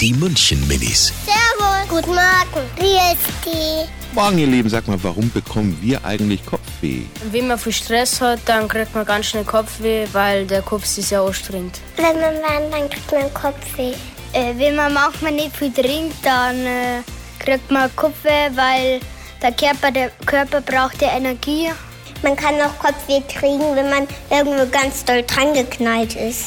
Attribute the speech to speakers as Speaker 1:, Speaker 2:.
Speaker 1: Die München Minis.
Speaker 2: Servus. Guten Morgen. Wie ist die?
Speaker 3: Morgen, ihr Lieben, sag mal, warum bekommen wir eigentlich Kopfweh?
Speaker 4: Wenn man viel Stress hat, dann kriegt man ganz schnell Kopfweh, weil der Kopf sich sehr anstrengt.
Speaker 2: Wenn man wandern, kriegt man Kopfweh. Äh, wenn man manchmal nicht viel trinkt, dann äh, kriegt man Kopfweh, weil der Körper, der Körper braucht ja Energie. Man kann auch Kopfweh kriegen, wenn man irgendwo ganz doll dran geknallt ist.